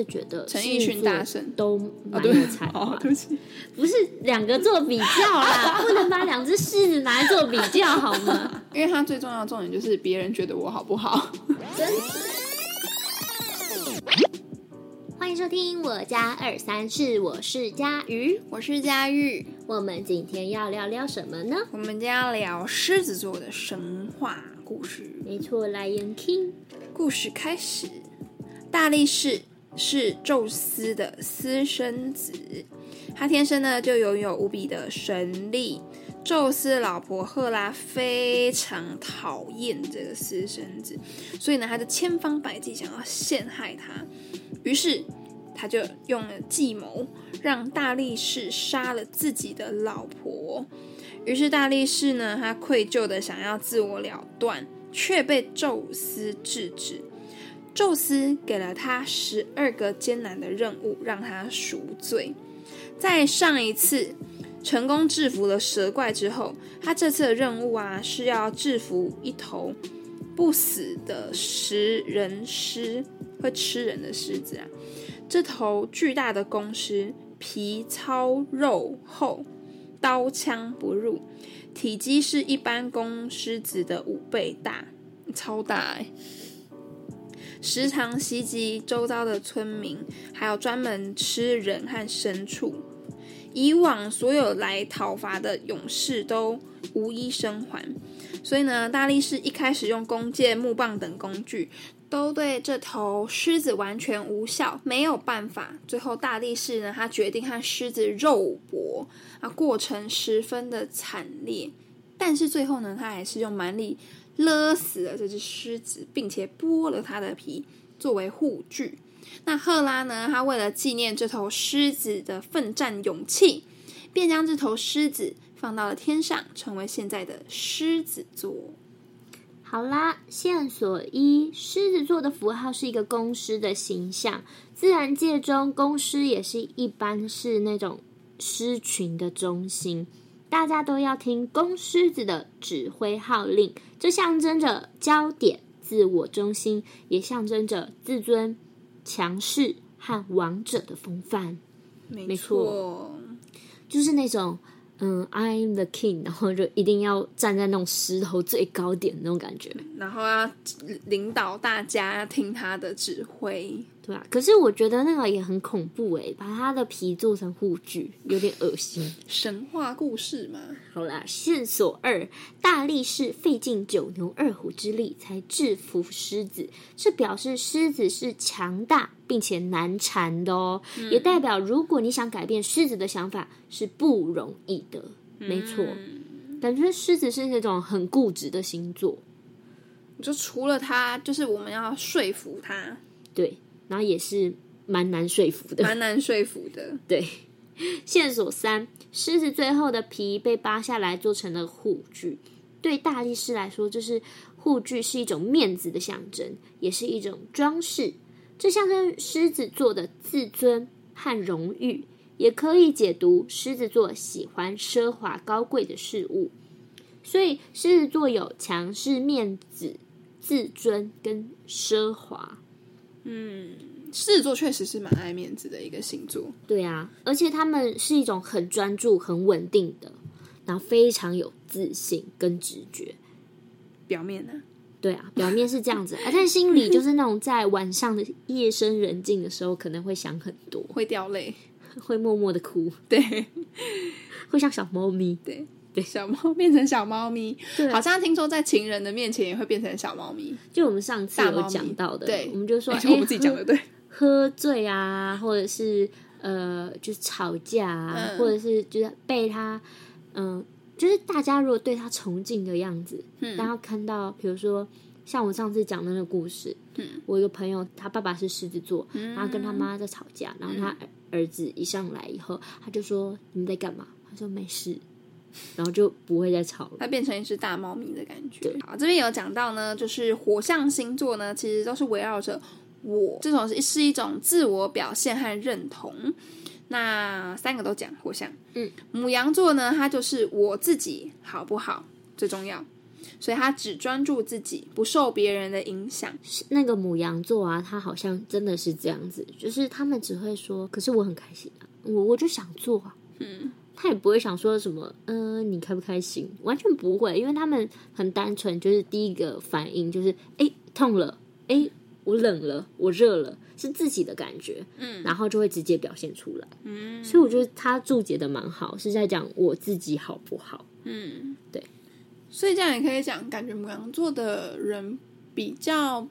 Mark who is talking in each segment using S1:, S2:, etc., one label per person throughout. S1: 是觉得
S2: 陈奕迅大神
S1: 狮子座都
S2: 啊，
S1: 蛮
S2: 对
S1: 有才， 华
S2: 哦，
S1: 的，
S2: 对不起，
S1: 不是两个做比较啦，不能把两只狮子拿来做比较好吗？
S2: 因为他最重要的重点就是别人觉得我好不好。
S1: 真的。欢迎收听我家二三事，我是佳瑜。
S3: 我是佳玉，
S1: 我们今天要聊聊什么呢？
S3: 我们今天要聊狮子座的神话故事。
S1: 没错，Lion King。
S3: 故事开始，大力士是宙斯的私生子，他天生呢就拥有无比的神力。宙斯老婆赫拉非常讨厌这个私生子，所以呢，他就千方百计想要陷害他。于是，他就用了计谋，让大力士杀了自己的老婆。于是大力士呢，他愧疚的想要自我了断，却被宙斯制止。宙斯给了他十二个艰难的任务，让他赎罪。在上一次成功制服了蛇怪之后，他这次的任务啊是要制服一头不死的食人狮，会吃人的狮子啊。这头巨大的公狮皮糙肉厚，刀枪不入，体积是一般公狮子的五倍大，超大哎、时常袭击周遭的村民，还有专门吃人和牲畜。以往所有来讨伐的勇士都无一生还，所以呢，大力士一开始用弓箭、木棒等工具，都对这头狮子完全无效，没有办法。最后，大力士呢，他决定和狮子肉搏，啊，过程十分的惨烈，但是最后呢，他还是用蛮力勒死了这只狮子，并且剥了它的皮作为护具。那赫拉呢，她为了纪念这头狮子的奋战勇气，便将这头狮子放到了天上，成为现在的狮子座。
S1: 好啦，线索一：狮子座的符号是一个公狮的形象。自然界中，公狮也是一般是那种狮群的中心，大家都要听公狮子的指挥号令。这象征着焦点、自我中心，也象征着自尊、强势和王者的风范。
S3: 没
S1: 没错
S3: 错
S1: 就是那种，嗯，I'm the king，然后就一定要站在那种石头最高点的那种感觉。
S3: 然后要领导大家听他的指挥。
S1: 对啊，可是我觉得那个也很恐怖诶、把它的皮做成护具，有点恶心。
S3: 神话故事嘛，
S1: 好啦，线索二，大力士费尽九牛二虎之力才制服狮子，这表示狮子是强大并且难缠的哦，也代表如果你想改变狮子的想法是不容易的。没错，感觉狮子是那种很固执的星座，
S3: 你说除了他，就是我们要说服他，
S1: 对，然后也是蛮难说服的。
S3: 蛮难说服的。
S1: 对，线索三，狮子最后的皮被扒下来做成了护具。对大力士来说，就是护具是一种面子的象征，也是一种装饰。这象征狮子座的自尊和荣誉，也可以解读狮子座喜欢奢华高贵的事物。所以，狮子座有强势、面子、自尊跟奢华。
S3: 狮子座确实是蛮爱面子的一个星座，
S1: 对啊，而且他们是一种很专注、很稳定的，然后非常有自信跟直觉。
S3: 表面呢、
S1: 对啊，表面是这样子，啊，但心里就是那种在晚上的夜深人静的时候，可能会想很多，
S3: 会掉泪。
S1: 会默默的哭，
S3: 对
S1: 会像小猫咪。
S3: 对对，啊小猫变成小猫咪，
S1: 对
S3: 好像听说在情人的面前也会变成小猫咪。
S1: 就我们上次
S3: 大猫
S1: 有
S3: 咪
S1: 讲到的，
S3: 对
S1: 我们就说，
S3: 而
S1: 哎、
S3: 且我们自己讲的对，
S1: 喝喝醉啊，或者是呃，就是吵架啊，
S3: 嗯
S1: 或者是就是被他，嗯、就是大家如果对他崇敬的样子，
S3: 嗯
S1: 然后看到，比如说像我上次讲的那个故事，
S3: 嗯，
S1: 我有个朋友，他爸爸是狮子座，然后跟他妈在吵架，然后他
S3: 嗯
S1: 儿儿子一上来以后，他就说你们在干嘛？他说没事，然后就不会再吵了。
S3: 它变成一只大猫咪的感觉
S1: 对。
S3: 好，这边有讲到呢，就是火象星座呢，其实都是围绕着我这种是是一种自我表现和认同。那三个都讲火象，
S1: 嗯，
S3: 母羊座呢，它就是我自己好不好最重要。所以他只专注自己，不受别人的影响。
S1: 那个母羊座啊，他好像真的是这样子，就是他们只会说，可是我很开心啊，我我就想做啊，嗯，他也不会想说什么，呃，你开不开心，完全不会，因为他们很单纯，就是第一个反应就是，哎，痛了，哎，我冷了，我热了，是自己的感觉，嗯，然后就会直接表现出来，嗯，所以我觉得他注解的蛮好，是在讲我自己好不好，
S3: 所以这样也可以讲，感觉母羊座的人比较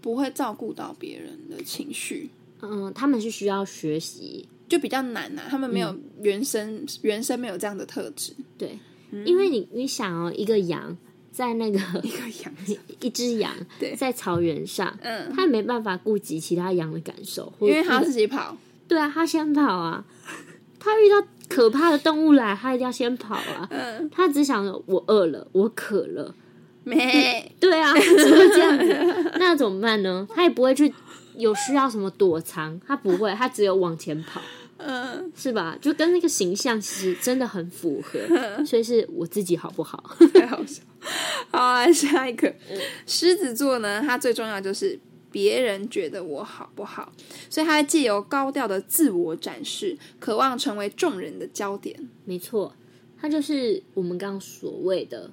S3: 不会照顾到别人的情绪，
S1: 嗯，他们是需要学习
S3: 就比较难啊呐、他们没有
S1: 嗯
S3: 原生、原生没有这样的特质。
S1: 对，
S3: 嗯
S1: 因为你你想哦，一个羊在那个
S3: 一个羊，
S1: 一只羊
S3: 对
S1: 在草原上，
S3: 嗯，
S1: 它没办法顾及其他羊的感受，或
S3: 因
S1: 者
S3: 为他要自 己跑，
S1: 对啊，它先跑啊，它遇到可怕的动物来，它一定要先跑啊，
S3: 嗯，
S1: 它只想着我饿了，我渴了，
S3: 没，
S1: 对啊，只会这样 子，那怎么办呢？它也不会去有需要什么躲藏，它不会，它只有往前跑。
S3: 嗯，
S1: 是吧？就跟那个形象其实真的很符
S3: 嗯
S1: 合，所以是我自己好不好？
S3: 太好笑。好啊，下一个
S1: 嗯
S3: 狮子座呢，它最重要就是别人觉得我好不好，所以它借由高调的自我展示，渴望成为众人的焦点。
S1: 没错，他就是我们刚刚所谓的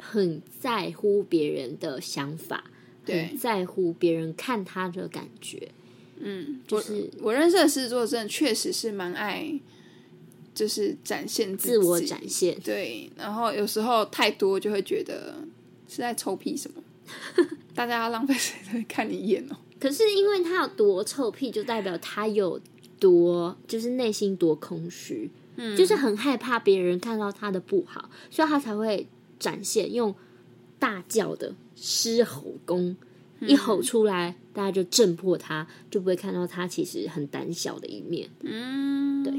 S1: 很在乎别人的想法，
S3: 对
S1: 很在乎别人看他的感觉，
S3: 嗯，
S1: 就是
S3: 我认识的狮子座真的确实是蛮爱，就是展现
S1: 自
S3: 己
S1: 我展现。
S3: 对，然后有时候太多就会觉得是在臭屁什么，大家要浪费谁在看你一眼哦。
S1: 可是因为他有多臭屁，就代表他有多就是内心多空虚，嗯，就是很害怕别人看到他的不好，所以他才会展现用大叫的狮吼功，一吼出来，大家就震破他，就不会看到他其实很胆小的一面。
S3: 嗯，对。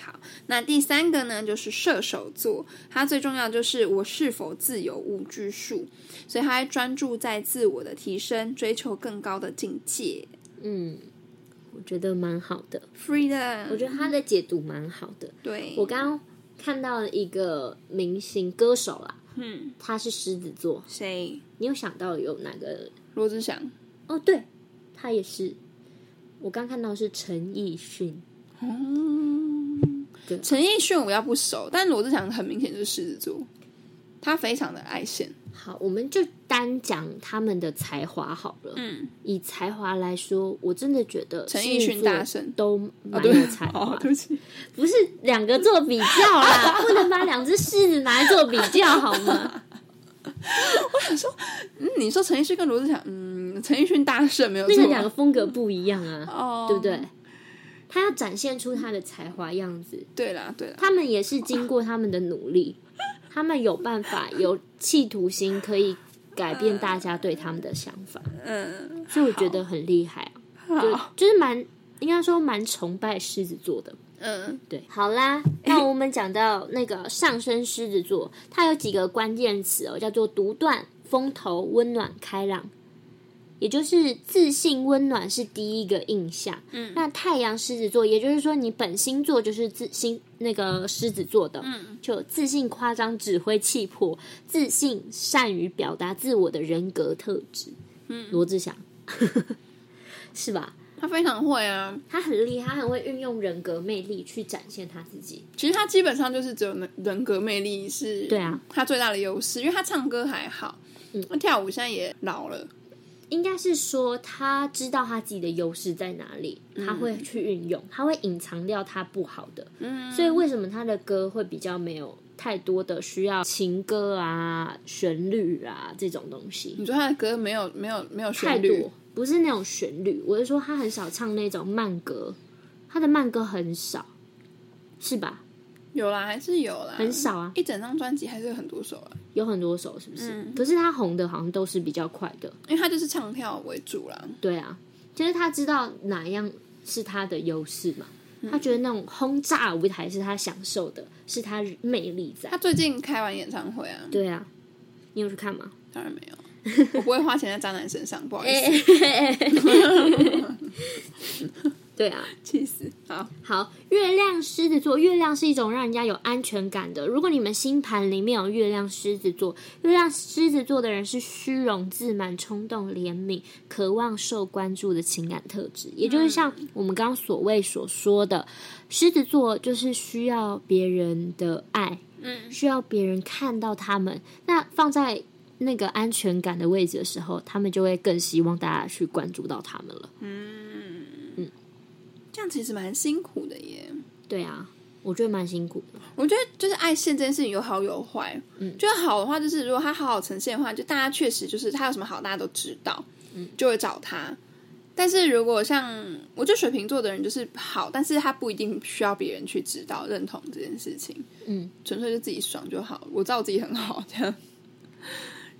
S3: 好，那第三个呢，就是射手座，它最重要就是我是否自由无拘束，所以它会专注在自我的提升，追求更高的境界
S1: 嗯，我觉得蛮好的，
S3: ，freedom。
S1: 我觉得他的解读蛮好的。
S3: 对，
S1: 我刚刚看到一个明星歌手啦，
S3: 嗯，
S1: 他是狮子座，
S3: 谁？
S1: 你有想到有哪个
S3: 罗志祥，
S1: 哦，对，他也是。我刚看到是陈奕迅，对
S3: 陈奕迅我比较不熟，但罗志祥很明显就是狮子座，他非常的爱现，
S1: 好，我们就单讲他们的才华好了。
S3: 嗯，
S1: 以才华来说，我真的觉得
S3: 陈奕迅
S1: 狮子座
S3: 大神
S1: 都
S3: 啊，
S1: 蛮
S3: 对
S1: 有才， 华
S3: 哦，
S1: 的，
S3: 对不起，
S1: 不是两个做比较啦，不能把两只狮子拿来做比较好 吗？
S3: 嗯，你说陈奕迅跟罗志祥，嗯，陈奕迅大胜没有
S1: 那
S3: 错
S1: 个，两个风格不一样啊，
S3: 哦，
S1: 对不？对？他要展现出他的才华样子，
S3: 对啦，对啦，
S1: 他们也是经过他们的努力，他们有办法，有企图心，可以改变大家对他们的想法，
S3: 嗯，
S1: 所以我觉得很厉害啊，就
S3: 好，
S1: 就是蛮应该说蛮崇拜狮子座的。
S3: 嗯，
S1: 对，好 啦，那我们讲到那个上升狮子座，它有几个关键词哦，叫做独断、风头、温暖、开朗。也就是自信、温暖是第一个印象。嗯，那太阳狮子座，也就是说你本星座就是自星那个狮子座的，嗯，就有自信、夸张、指挥、气魄、自信、善于表达自我的人格特质。嗯，罗志祥 是吧？
S3: 他非常会啊，
S1: 他很厉害，他很会运用人格魅力去展现他自己。
S3: 其实他基本上就是只有人人格魅力是，
S1: 对啊，
S3: 他最大的优势，因为他唱歌还好，嗯，跳舞现在也老了，
S1: 应该是说他知道他自己的优势在哪里，他会
S3: 嗯
S1: 去运用，他会隐藏掉他不好的。嗯，所以为什么他的歌会比较没有太多的需要情歌啊、旋律啊这种东西？
S3: 你说他的歌没有没有没有
S1: 太
S3: 嗯旋律
S1: 多，不是那种旋律，我是说他很少唱那种慢歌，他的慢歌很少，是吧？
S3: 有啦，还是有啦，
S1: 很少啊，
S3: 一整张专辑还是有很多首啊，
S1: 有很多首是不是？
S3: 嗯
S1: 可是他红的好像都是比较快的，
S3: 因为他就是唱跳为主啦，
S1: 对啊，就是他知道哪样是他的优势嘛，他觉得那种轰炸舞台是他享受的，是他魅力在。
S3: 他最近开完演唱会啊，
S1: 对啊，你有去看吗？
S3: 当然没有。
S1: 哎
S3: 我不会花钱在渣男身上，不好意思。
S1: 对啊，
S3: 气死！好，
S1: 好，月亮狮子座，月亮是一种让人家有安全感的。如果你们星盘里面有月亮狮子座，月亮狮子座的人是虚荣、自满、冲动、怜悯、渴望受关注的情感特质，也就是像我们刚刚所谓所说的，狮子座就是需要别人的爱，嗯，需要别人看到他们。那放在那个安全感的位置的时候，他们就会更希望大家去关注到他们了。
S3: 这样其实蛮辛苦的耶。
S1: 对啊，我觉得蛮辛苦的。
S3: 我觉得就是爱现这件事情有好有坏，嗯，就是好的话，就是如果他好好呈现的话，就大家确实就是他有什么好，大家都知道，嗯，就会找他。但是如果像我觉得水瓶座的人就是好，但是他不一定需要别人去知道认同这件事情，
S1: 嗯，
S3: 纯粹就自己爽就好。我知道我自己很好，这样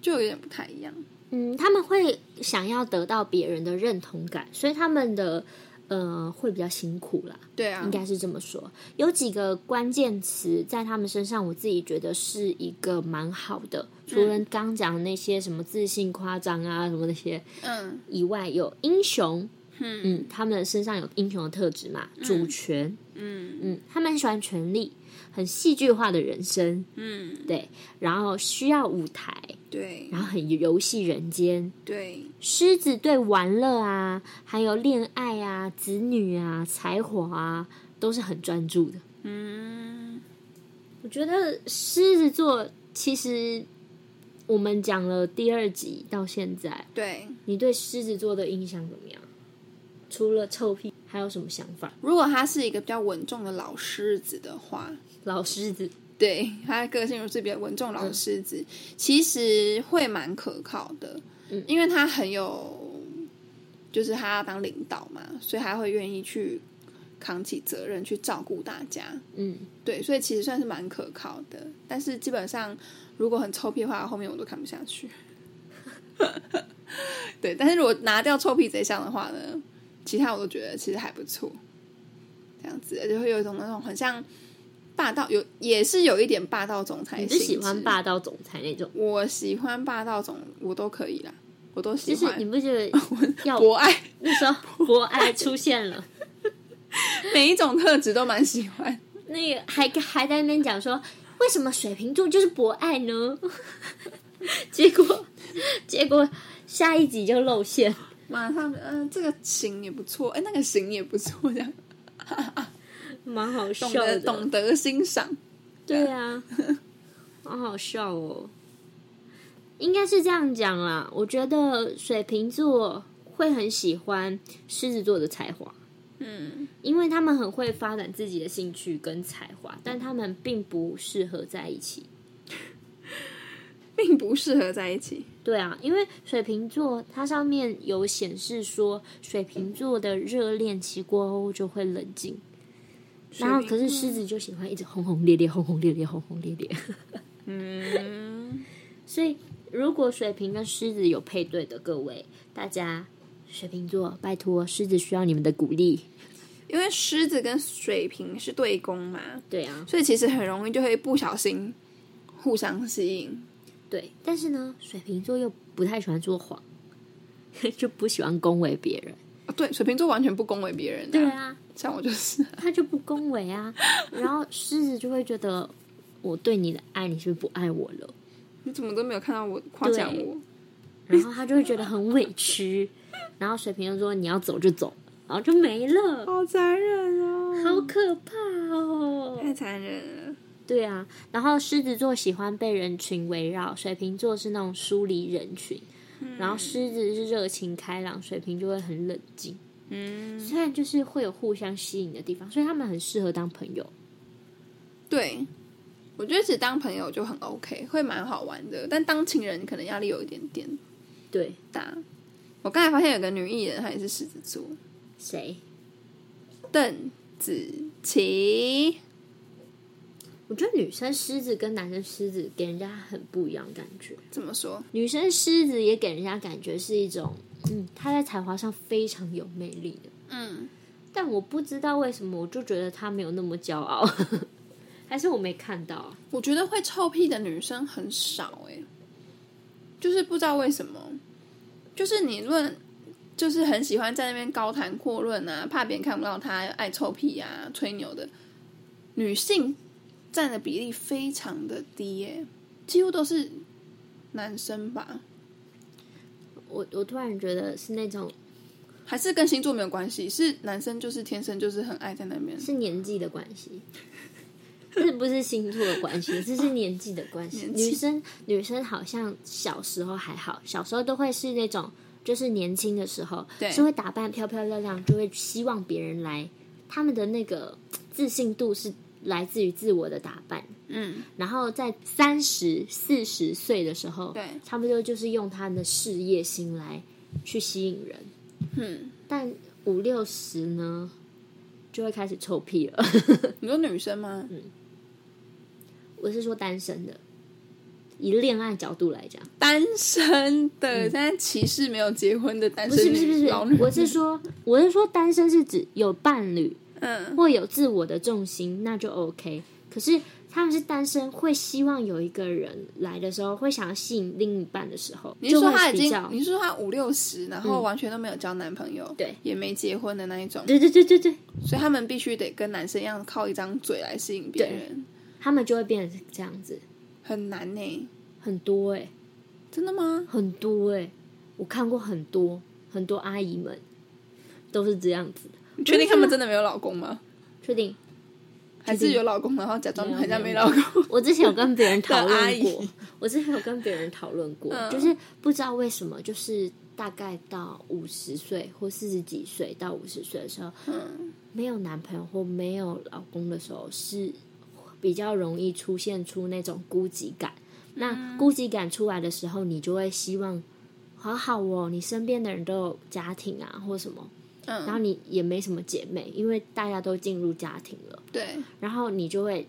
S3: 就有点不太一样。
S1: 嗯，他们会想要得到别人的认同感，所以他们的呃会比较辛苦啦，
S3: 对啊
S1: 应，该是这么说。有几个关键词在他们身上，我自己觉得是一个蛮好的，除
S3: 嗯
S1: 了刚讲的那些什么自信、夸张啊什么那些
S3: 嗯
S1: 以外，有英雄。嗯他们身上有英雄的特质嘛，主权，
S3: 嗯
S1: 嗯，他们很喜欢权力，很戏剧化的人生，
S3: 嗯，
S1: 对，然后需要舞台，
S3: 对
S1: 然后很游戏人间，
S3: 对，
S1: 狮子对玩乐啊，还有恋爱啊、子女啊、才华啊，都是很专注的。
S3: 嗯，
S1: 我觉得狮子座其实我们讲了第二集到现在，
S3: 对。
S1: 你对狮子座的印象怎么样？除了臭屁，还有什么想法？
S3: 如果他是一个比较稳重的老狮子的话，
S1: 老狮子，
S3: 对他的个性如是比较稳重老狮子，其实会蛮可靠的，
S1: 嗯
S3: 因为他很有，就是他要当领导嘛，所以他会愿意去扛起责任，去照顾大家。
S1: 嗯，
S3: 对，所以其实算是蛮可靠的。但是基本上，如果很臭屁的话，后面我都看不下去。 对，但是如果拿掉臭屁这一项的话呢，其他我都觉得其实还不错。这样子，而且会有一种那种很像霸道，有也是有一点霸道总裁
S1: 你
S3: 性
S1: 是
S3: 质。
S1: 喜欢霸？道总裁那种？
S3: 我喜欢霸道总，我都可以啦，我都喜
S1: 就
S3: 欢。
S1: 是你不觉得要
S3: 我爱
S1: 那时候博爱出现了？
S3: 每一种特质都蛮喜欢。
S1: 那个还还在那边讲说，为什么水瓶座就是博爱呢？ 结果结果下一集就露馅，
S3: 马上，嗯、这个型也不错，哎、那个型也不错，这样
S1: 蛮好笑
S3: 懂得
S1: 的，
S3: 懂得欣赏。
S1: 对啊，蛮好笑哦。应该是这样讲啦，我觉得水瓶座会很喜欢狮子座的才华，
S3: 嗯，
S1: 因为他们很会发展自己的兴趣跟才华，但他们并不适合在一起。
S3: 并不适合在一起。
S1: 对啊，因为水瓶座它上面有显示说，水瓶座的热恋期过后就会冷静，然后可是狮子就喜欢一直轰轰烈烈、轰轰烈烈、轰轰烈烈。
S3: 嗯，
S1: 所以如果水瓶跟狮子有配对的各位，大家水瓶座拜托，狮子需要你们的鼓励。
S3: 因为狮子跟水瓶是对攻嘛，
S1: 对啊，
S3: 所以其实很容易就会不小心互相吸引。
S1: 对，但是呢，水瓶座又不太喜欢说谎， 就不喜欢恭维别人。
S3: 啊对，水瓶座完全不恭维别人、
S1: 对，啊，
S3: 像我就是，
S1: 他就不恭维啊，然后狮子就会觉得我对你的爱，你是不是不爱我了？
S3: 你怎么都没有看到我夸奖
S1: 对
S3: 我？
S1: 然后他就会觉得很委屈，然后水瓶就说你要走就走，然后就没了，
S3: 好残忍哦，
S1: 好可怕哦！
S3: 太残忍了。
S1: 对啊，然后狮子座喜欢被人群围绕，水瓶座是那种疏离人群，然后狮子是热情开朗，水瓶就会很冷静。
S3: 嗯，
S1: 虽然就是会有互相吸引的地方，所以他们很适合当朋友。
S3: 对，我觉得只当朋友就很 OK，会蛮好玩的。但当情人可能压力有一点点
S1: 对，
S3: 大。我刚才发现有个女艺人，她也是狮子座，
S1: 谁？
S3: 邓紫棋。
S1: 我觉得女生狮子跟男生狮子给人家很不一样的感觉。
S3: 怎么说？
S1: 女生狮子也给人家感觉是一种，嗯，她在才华上非常有魅力的。
S3: 嗯，
S1: 但我不知道为什么，我就觉得她没有那么骄傲， 还是我没看到啊？
S3: 我觉得会臭屁的女生很欸少哎、就是不知道为什么，就是你论就是很喜欢在那边高谈阔论啊，怕别人看不到他，爱臭屁啊、吹牛的女性占的比例非常的低耶、几乎都是男生吧？
S1: 我我突然觉得是那种
S3: 还是跟星座没有关系？是男生就是天生就是很爱在那 边
S1: 是年纪的关系，这不是星座的关 系，这是年纪的关系。
S3: 年纪
S1: 女生女生好像小时候还好，小时候都会是那种就是年轻的时候，
S3: 对
S1: 是会打扮漂漂亮亮，就会希望别人来，他们的那个自信度是来自于自我的打扮。
S3: 嗯，
S1: 然后在三十四十岁的时候，
S3: 对
S1: 差不多就是用他们的事业心来去吸引人。
S3: 嗯，
S1: 但五六十呢，就会开始臭屁了。
S3: 你说女生吗？
S1: 嗯我是说单身的，以恋爱角度来 讲，
S3: 单身的，但歧视没有结婚的单
S1: 不
S3: 身
S1: 是
S3: 女
S1: 嗯不是不
S3: 老
S1: 是
S3: 女，，
S1: 我是说我是说单身是指有伴侣
S3: 嗯，
S1: 或有自我的重心，那就 OK。可是他们是单身，会希望有一个人来的时候，会想要吸引另一半的时候，
S3: 你是
S1: 就
S3: 说
S1: 会
S3: 她已
S1: 比
S3: 经
S1: 较，
S3: 你是说她五六十，然后完全都没有交男朋友，
S1: 对，
S3: 也没结婚的那一种，
S1: 对对对对对，
S3: 所以他们必须得跟男生一样靠一张嘴来吸引别
S1: 对
S3: 人，
S1: 他们就会变成这样子，
S3: 很难呢。
S1: 很多哎、
S3: 真的吗？
S1: 很多哎、我看过很多很多阿姨们都是这样子的，
S3: 你确定他们真的没有老公吗？
S1: 确定？
S3: 还是有老公，然后假装很像没老公？
S1: 我之前有跟别人讨
S3: 的阿
S1: 论过
S3: 姨，嗯
S1: 我之前有跟别人讨论过，就是不知道为什么，就是大概到五十岁或四十几岁到五十岁的时候，
S3: 嗯，
S1: 没有男朋友或没有老公的时候，是比较容易出现出那种孤寂感。那
S3: 嗯
S1: 孤寂感出来的时候，你就会希望好好哦，你身边的人都有家庭啊，或什么，
S3: 嗯
S1: 然后你也没什么姐妹，因为大家都进入家庭了，
S3: 对，
S1: 然后你就会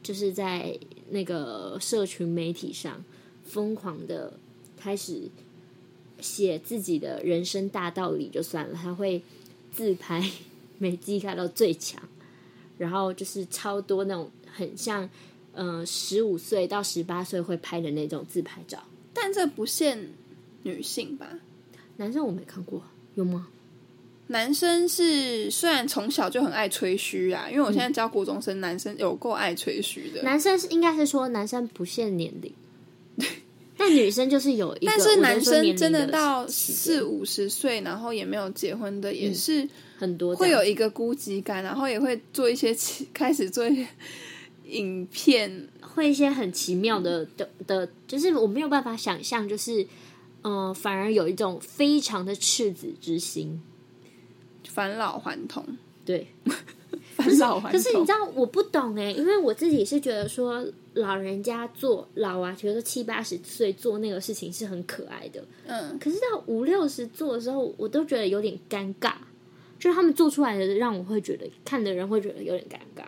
S1: 就是在那个社群媒体上疯狂的开始写自己的人生大道理就算了，还会自拍美肌开到最强，然后就是超多那种很像嗯十五岁到十八岁会拍的那种自拍照，
S3: 但这不限女性吧？
S1: 男生我没看过，啊有吗？
S3: 男生是虽然从小就很爱吹嘘啊，因为我现在教国中生，男生有够爱吹嘘的，
S1: 男生是应该是说男生不限年龄。 但女生就是有一个，
S3: 但是男
S1: 我就说年
S3: 生
S1: 龄
S3: 真
S1: 的
S3: 到
S1: 期间
S3: 四五十岁，然后也没有结婚的，也是
S1: 很多这
S3: 会
S1: 样
S3: 有一个孤寂感，然后也会做一些奇开始做一些 影片，
S1: 会一些很奇妙的的的，就是我没有办法想象，就是嗯、呃反而有一种非常的赤子之心。
S3: 返老还童，
S1: 对，
S3: 返老还
S1: 可是你
S3: 童
S1: 知。道我不懂哎、因为我自己是觉得说老人家做老啊，觉得七八十岁做那个事情是很可爱的，
S3: 嗯，
S1: 可是到五六十做的时候，我都觉得有点尴尬，就是他们做出来的让我会觉得看的人会觉得有点尴尬，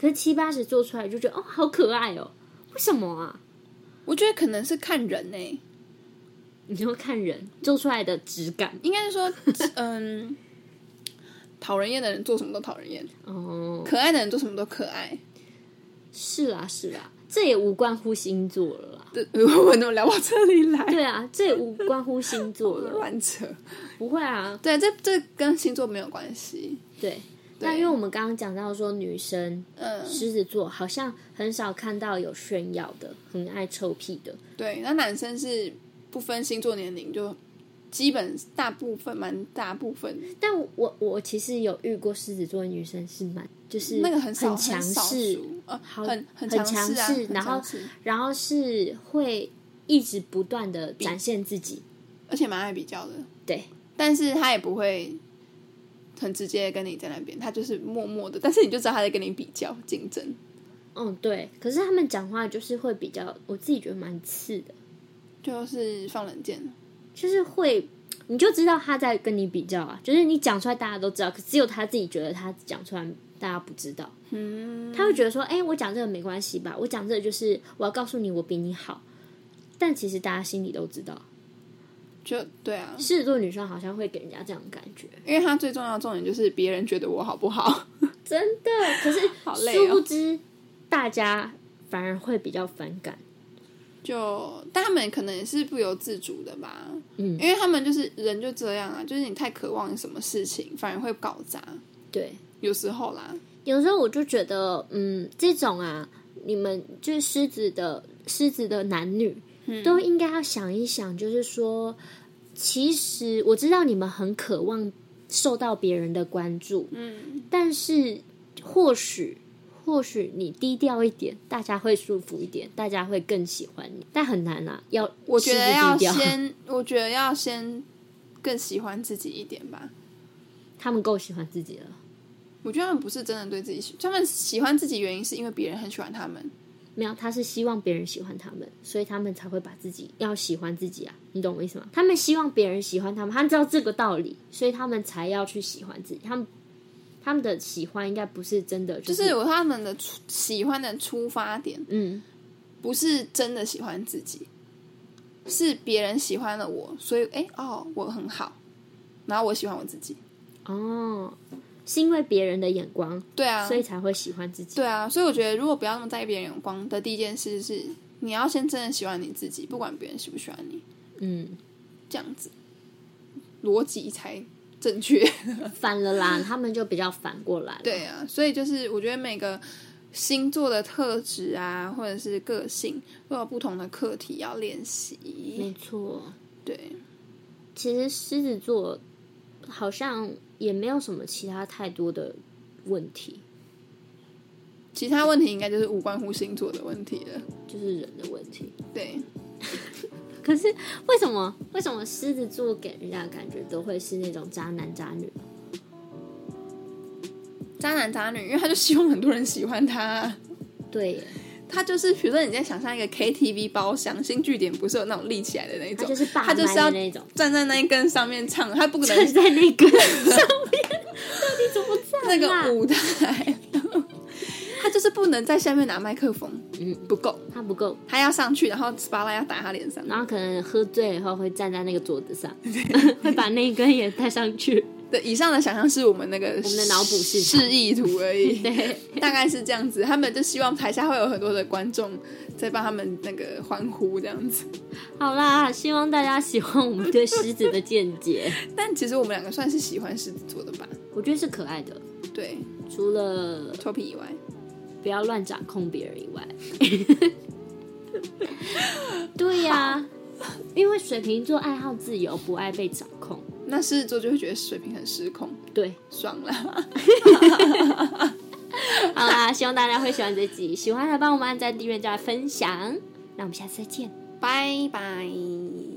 S1: 可是七八十做出来就觉得哦好可爱哦，为什么啊？
S3: 我觉得可能是看人呢、
S1: 你就看人做出来的质感
S3: 应该是说，嗯，讨人厌的人做什么都讨人厌，
S1: 哦，
S3: 可爱的人做什么都可爱。
S1: 是啦是啦，这也无关乎星座了啦。
S3: 对， 我怎么聊到这里来？
S1: 对啊，这也无关乎星座 了，
S3: 乱扯。
S1: 不会啊。
S3: 对，这这跟星座没有关系。
S1: 对，那因为我们刚刚讲到说女生
S3: 嗯，
S1: 狮子座好像很少看到有炫耀的，很爱臭屁的，
S3: 对，那男生是不分星座年龄，就基本大部分蛮大部分，
S1: 但我我我其实有遇过狮子座的女生是蛮就是
S3: 那个很少
S1: 强
S3: 很少
S1: 势，
S3: 数呃，
S1: 好
S3: 很
S1: 很
S3: 强
S1: 强
S3: 势啊，
S1: 势
S3: 很
S1: 然
S3: 强
S1: 后
S3: 势
S1: 然后是会一直不断的展现自己，
S3: 而且蛮爱比较的，
S1: 对，
S3: 但是他也不会很直接地跟你在那边，他就是默默的，但是你就知道他在跟你比较竞争。
S1: 嗯对。可是他们讲话就是会比较，我自己觉得蛮刺的。
S3: 就是放冷箭，
S1: 就是会，你就知道他在跟你比较啊，就是你讲出来大家都知道，可只有他自己觉得他讲出来大家不知道，
S3: 嗯，
S1: 他会觉得说，哎、我讲这个没关系吧，我讲这个就是我要告诉你我比你好，但其实大家心里都知道，
S3: 就对啊，
S1: 狮子座女生好像会给人家这样的感觉，
S3: 因为他最重要的重点就是别人觉得我好不好，
S1: 真的，可是
S3: 好累
S1: 殊
S3: 哦
S1: 不知大家反而会比较反感，
S3: 就但他们可能也是不由自主的吧，
S1: 嗯
S3: 因为他们就是人就这样啊，就是你太渴望什么事情，反而会搞砸，
S1: 对，
S3: 有时候啦，
S1: 有时候我就觉得，嗯，这种啊，你们就是狮子的狮子的男女，
S3: 嗯
S1: 都应该要想一想，就是说，其实我知道你们很渴望受到别人的关注，
S3: 嗯，
S1: 但是或许。或许你低调一点，大家会舒服一点，大家会更喜欢你，但很难啊。要
S3: 我觉得
S1: 狮子
S3: 要
S1: 低调
S3: 先，我觉得要先更喜欢自己一点吧。
S1: 他们够喜欢自己了，
S3: 我觉得他们不是真的对自己喜，他们喜欢自己原因是因为别人很喜欢他们。
S1: 没有，他是希望别人喜欢他们，所以他们才会把自己要喜欢自己啊，你懂我意思吗？他们希望别人喜欢他们，他们知道这个道理，所以他们才要去喜欢自己。他们他们的喜欢应该不是真的，就
S3: 就是我他们的出喜欢的出发点
S1: 嗯，
S3: 不是真的喜欢自己，是别人喜欢了我，所以哎哦我很好，然后我喜欢我自己。
S1: 哦，是因为别人的眼光，
S3: 对啊，
S1: 所以才会喜欢自己。
S3: 对啊，所以我觉得如果不要那么在意别人眼光的第一件事是，你要先真的喜欢你自己，不管别人喜不喜欢你，
S1: 嗯，
S3: 这样子逻辑才正确。
S1: 反了啦，他们就比较反过来了。
S3: 对啊，所以就是我觉得每个星座的特质啊，或者是个性，都有不同的课题要练
S1: 没嗯
S3: 习。
S1: 错。
S3: 对，
S1: 其实狮子座好像也没有什么其他太多的问题，
S3: 其他问题应该就是无关乎星座的问题了。
S1: 就是人的问题。
S3: 对，
S1: 可是为什么为什么狮子座给人家的感觉都会是那种渣男渣女？
S3: 渣男渣女，因为他就希望很多人喜欢他啊。
S1: 对耶，
S3: 他就是，比如说你在想象一个 KTV 包厢，新据点不是有那种立起来的那
S1: 他
S3: 种，
S1: 就是霸
S3: 他
S1: 麦
S3: 就是要
S1: 的那种，
S3: 站在那一根上面唱，他不可
S1: 站
S3: 能
S1: 在那个上面， 到底怎么站
S3: 那
S1: 啊
S3: 个舞台， 他就是不能在下面拿麦克风，
S1: 嗯
S3: 不够，
S1: 他不够，
S3: 他要上去，然后 s p a l 要打他脸上，
S1: 然后可能喝醉以后会站在那个桌子 上，会把那一根也带上去。
S3: 对，以上的想象是我们那个我
S1: 们的脑补市场
S3: 示意图而 已，
S1: 对，
S3: 大概是这样子。他们就希望台下会有很多的观众在帮他们那个欢呼这样子。
S1: 好啦，希望大家喜欢我们对狮子的见解，
S3: 但其实我们两个算是喜欢狮子座的吧，
S1: 我觉得是可爱的，
S3: 对，
S1: 除了
S3: 脱皮以外，
S1: 不要乱掌控别人以外。 对呀、因为水瓶座爱好自由，不爱被掌控。
S3: 那狮子座就会觉得水瓶很失控，
S1: 对，
S3: 爽 啦。
S1: 好啦，希望大家会喜欢这集，喜欢的帮我们按赞、订阅、加分享。那我们下次再见。
S3: 拜拜。